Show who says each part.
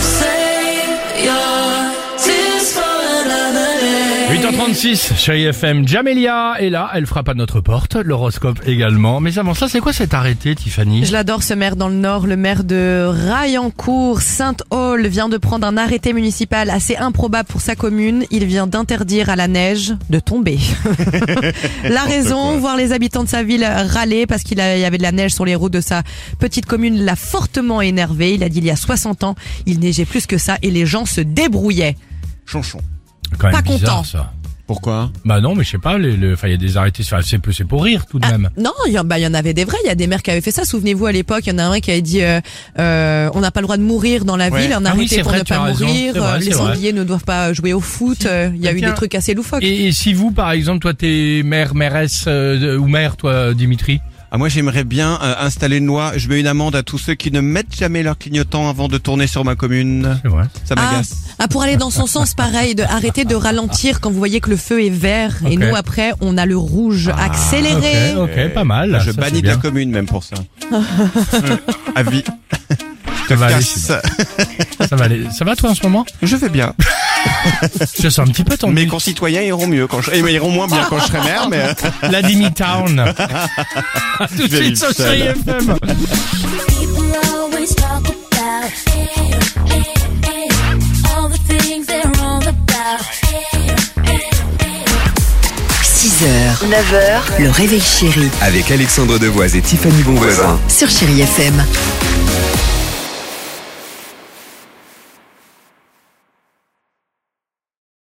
Speaker 1: Save your tears for another day.
Speaker 2: 8h36, chérie FM, Jamelia est là, elle frappe à notre porte, l'horoscope également. Mais avant ça, c'est quoi cet arrêté, Tiffany
Speaker 3: Je l'adore ce maire dans le Nord. Le maire de Raillancourt, Sainte-Hall, vient de prendre un arrêté municipal assez improbable pour sa commune. Il vient d'interdire à la neige de tomber. la raison, voir les habitants de sa ville râler parce qu'il a- il y avait de la neige sur les routes de sa petite commune l'a fortement énervé. Il a dit il y a 60 ans, il neigeait plus que ça et les gens se débrouillaient.
Speaker 4: Chanchon.
Speaker 2: Quand
Speaker 3: pas content.
Speaker 2: ça.
Speaker 4: Pourquoi
Speaker 2: Bah non, mais je sais pas, les- le- enfin, il y a des arrêtés, enfin, c'est c'est pour rire tout de
Speaker 3: Ah,
Speaker 2: même.
Speaker 3: Non, il y, en- bah, il y en avait des vrais. Il y a des maires qui avaient fait ça. Souvenez-vous à l'époque, il y en a un qui avait dit euh, euh, on n'a pas le droit de mourir dans la
Speaker 4: Ouais.
Speaker 3: ville, on
Speaker 2: Ah
Speaker 3: a
Speaker 2: oui,
Speaker 3: arrêté
Speaker 2: c'est
Speaker 3: pour
Speaker 2: vrai,
Speaker 3: ne
Speaker 2: tu as
Speaker 3: pas
Speaker 2: raison.
Speaker 3: mourir.
Speaker 2: C'est vrai,
Speaker 3: euh,
Speaker 2: c'est
Speaker 3: les
Speaker 2: vrai.
Speaker 3: sangliers ne doivent pas jouer au foot. euh, Il y a eu
Speaker 2: Quelqu'un-
Speaker 3: des trucs assez loufoques.
Speaker 2: Et, et si vous, par exemple, toi, t'es maire, mairesse euh, de- ou maire, toi, Dimitri
Speaker 4: ah, Moi j'aimerais bien euh, installer une loi, je mets une amende à tous ceux qui ne mettent jamais leur clignotant avant de tourner sur ma commune.
Speaker 2: C'est vrai.
Speaker 4: Ça
Speaker 3: Ah,
Speaker 4: m'agace.
Speaker 3: ah, pour aller dans son sens, pareil, de arrêter de ralentir quand vous voyez que le feu est vert. Et
Speaker 2: Ok. Ah,
Speaker 3: nous, après, on a le rouge accéléré.
Speaker 2: Ok, ok, pas mal.
Speaker 4: je
Speaker 2: ça, c'est
Speaker 4: bannis
Speaker 2: bien.
Speaker 4: ta commune même pour ça. à vie.
Speaker 2: Ça va, aller,
Speaker 4: Casse.
Speaker 2: ça va aller. Ça va, toi, en ce moment
Speaker 4: Je vais bien.
Speaker 2: Je sens un petit peu ton...
Speaker 4: Mes concitoyens iront mieux quand je... eh, mais iront moins bien quand je serai maire, mais... euh,
Speaker 2: La Dimi-Town. À tout
Speaker 4: vais
Speaker 2: de suite sur
Speaker 4: vivre seul.
Speaker 2: chérie FM.
Speaker 1: People always talk about eh, eh, eh, all the things they're wrong about. Eh, eh, eh.
Speaker 5: 6h, 9h, le réveil chéri
Speaker 6: Avec Alexandre Devoise et Tiffany Bonvoisin.
Speaker 5: sur Chéri FM.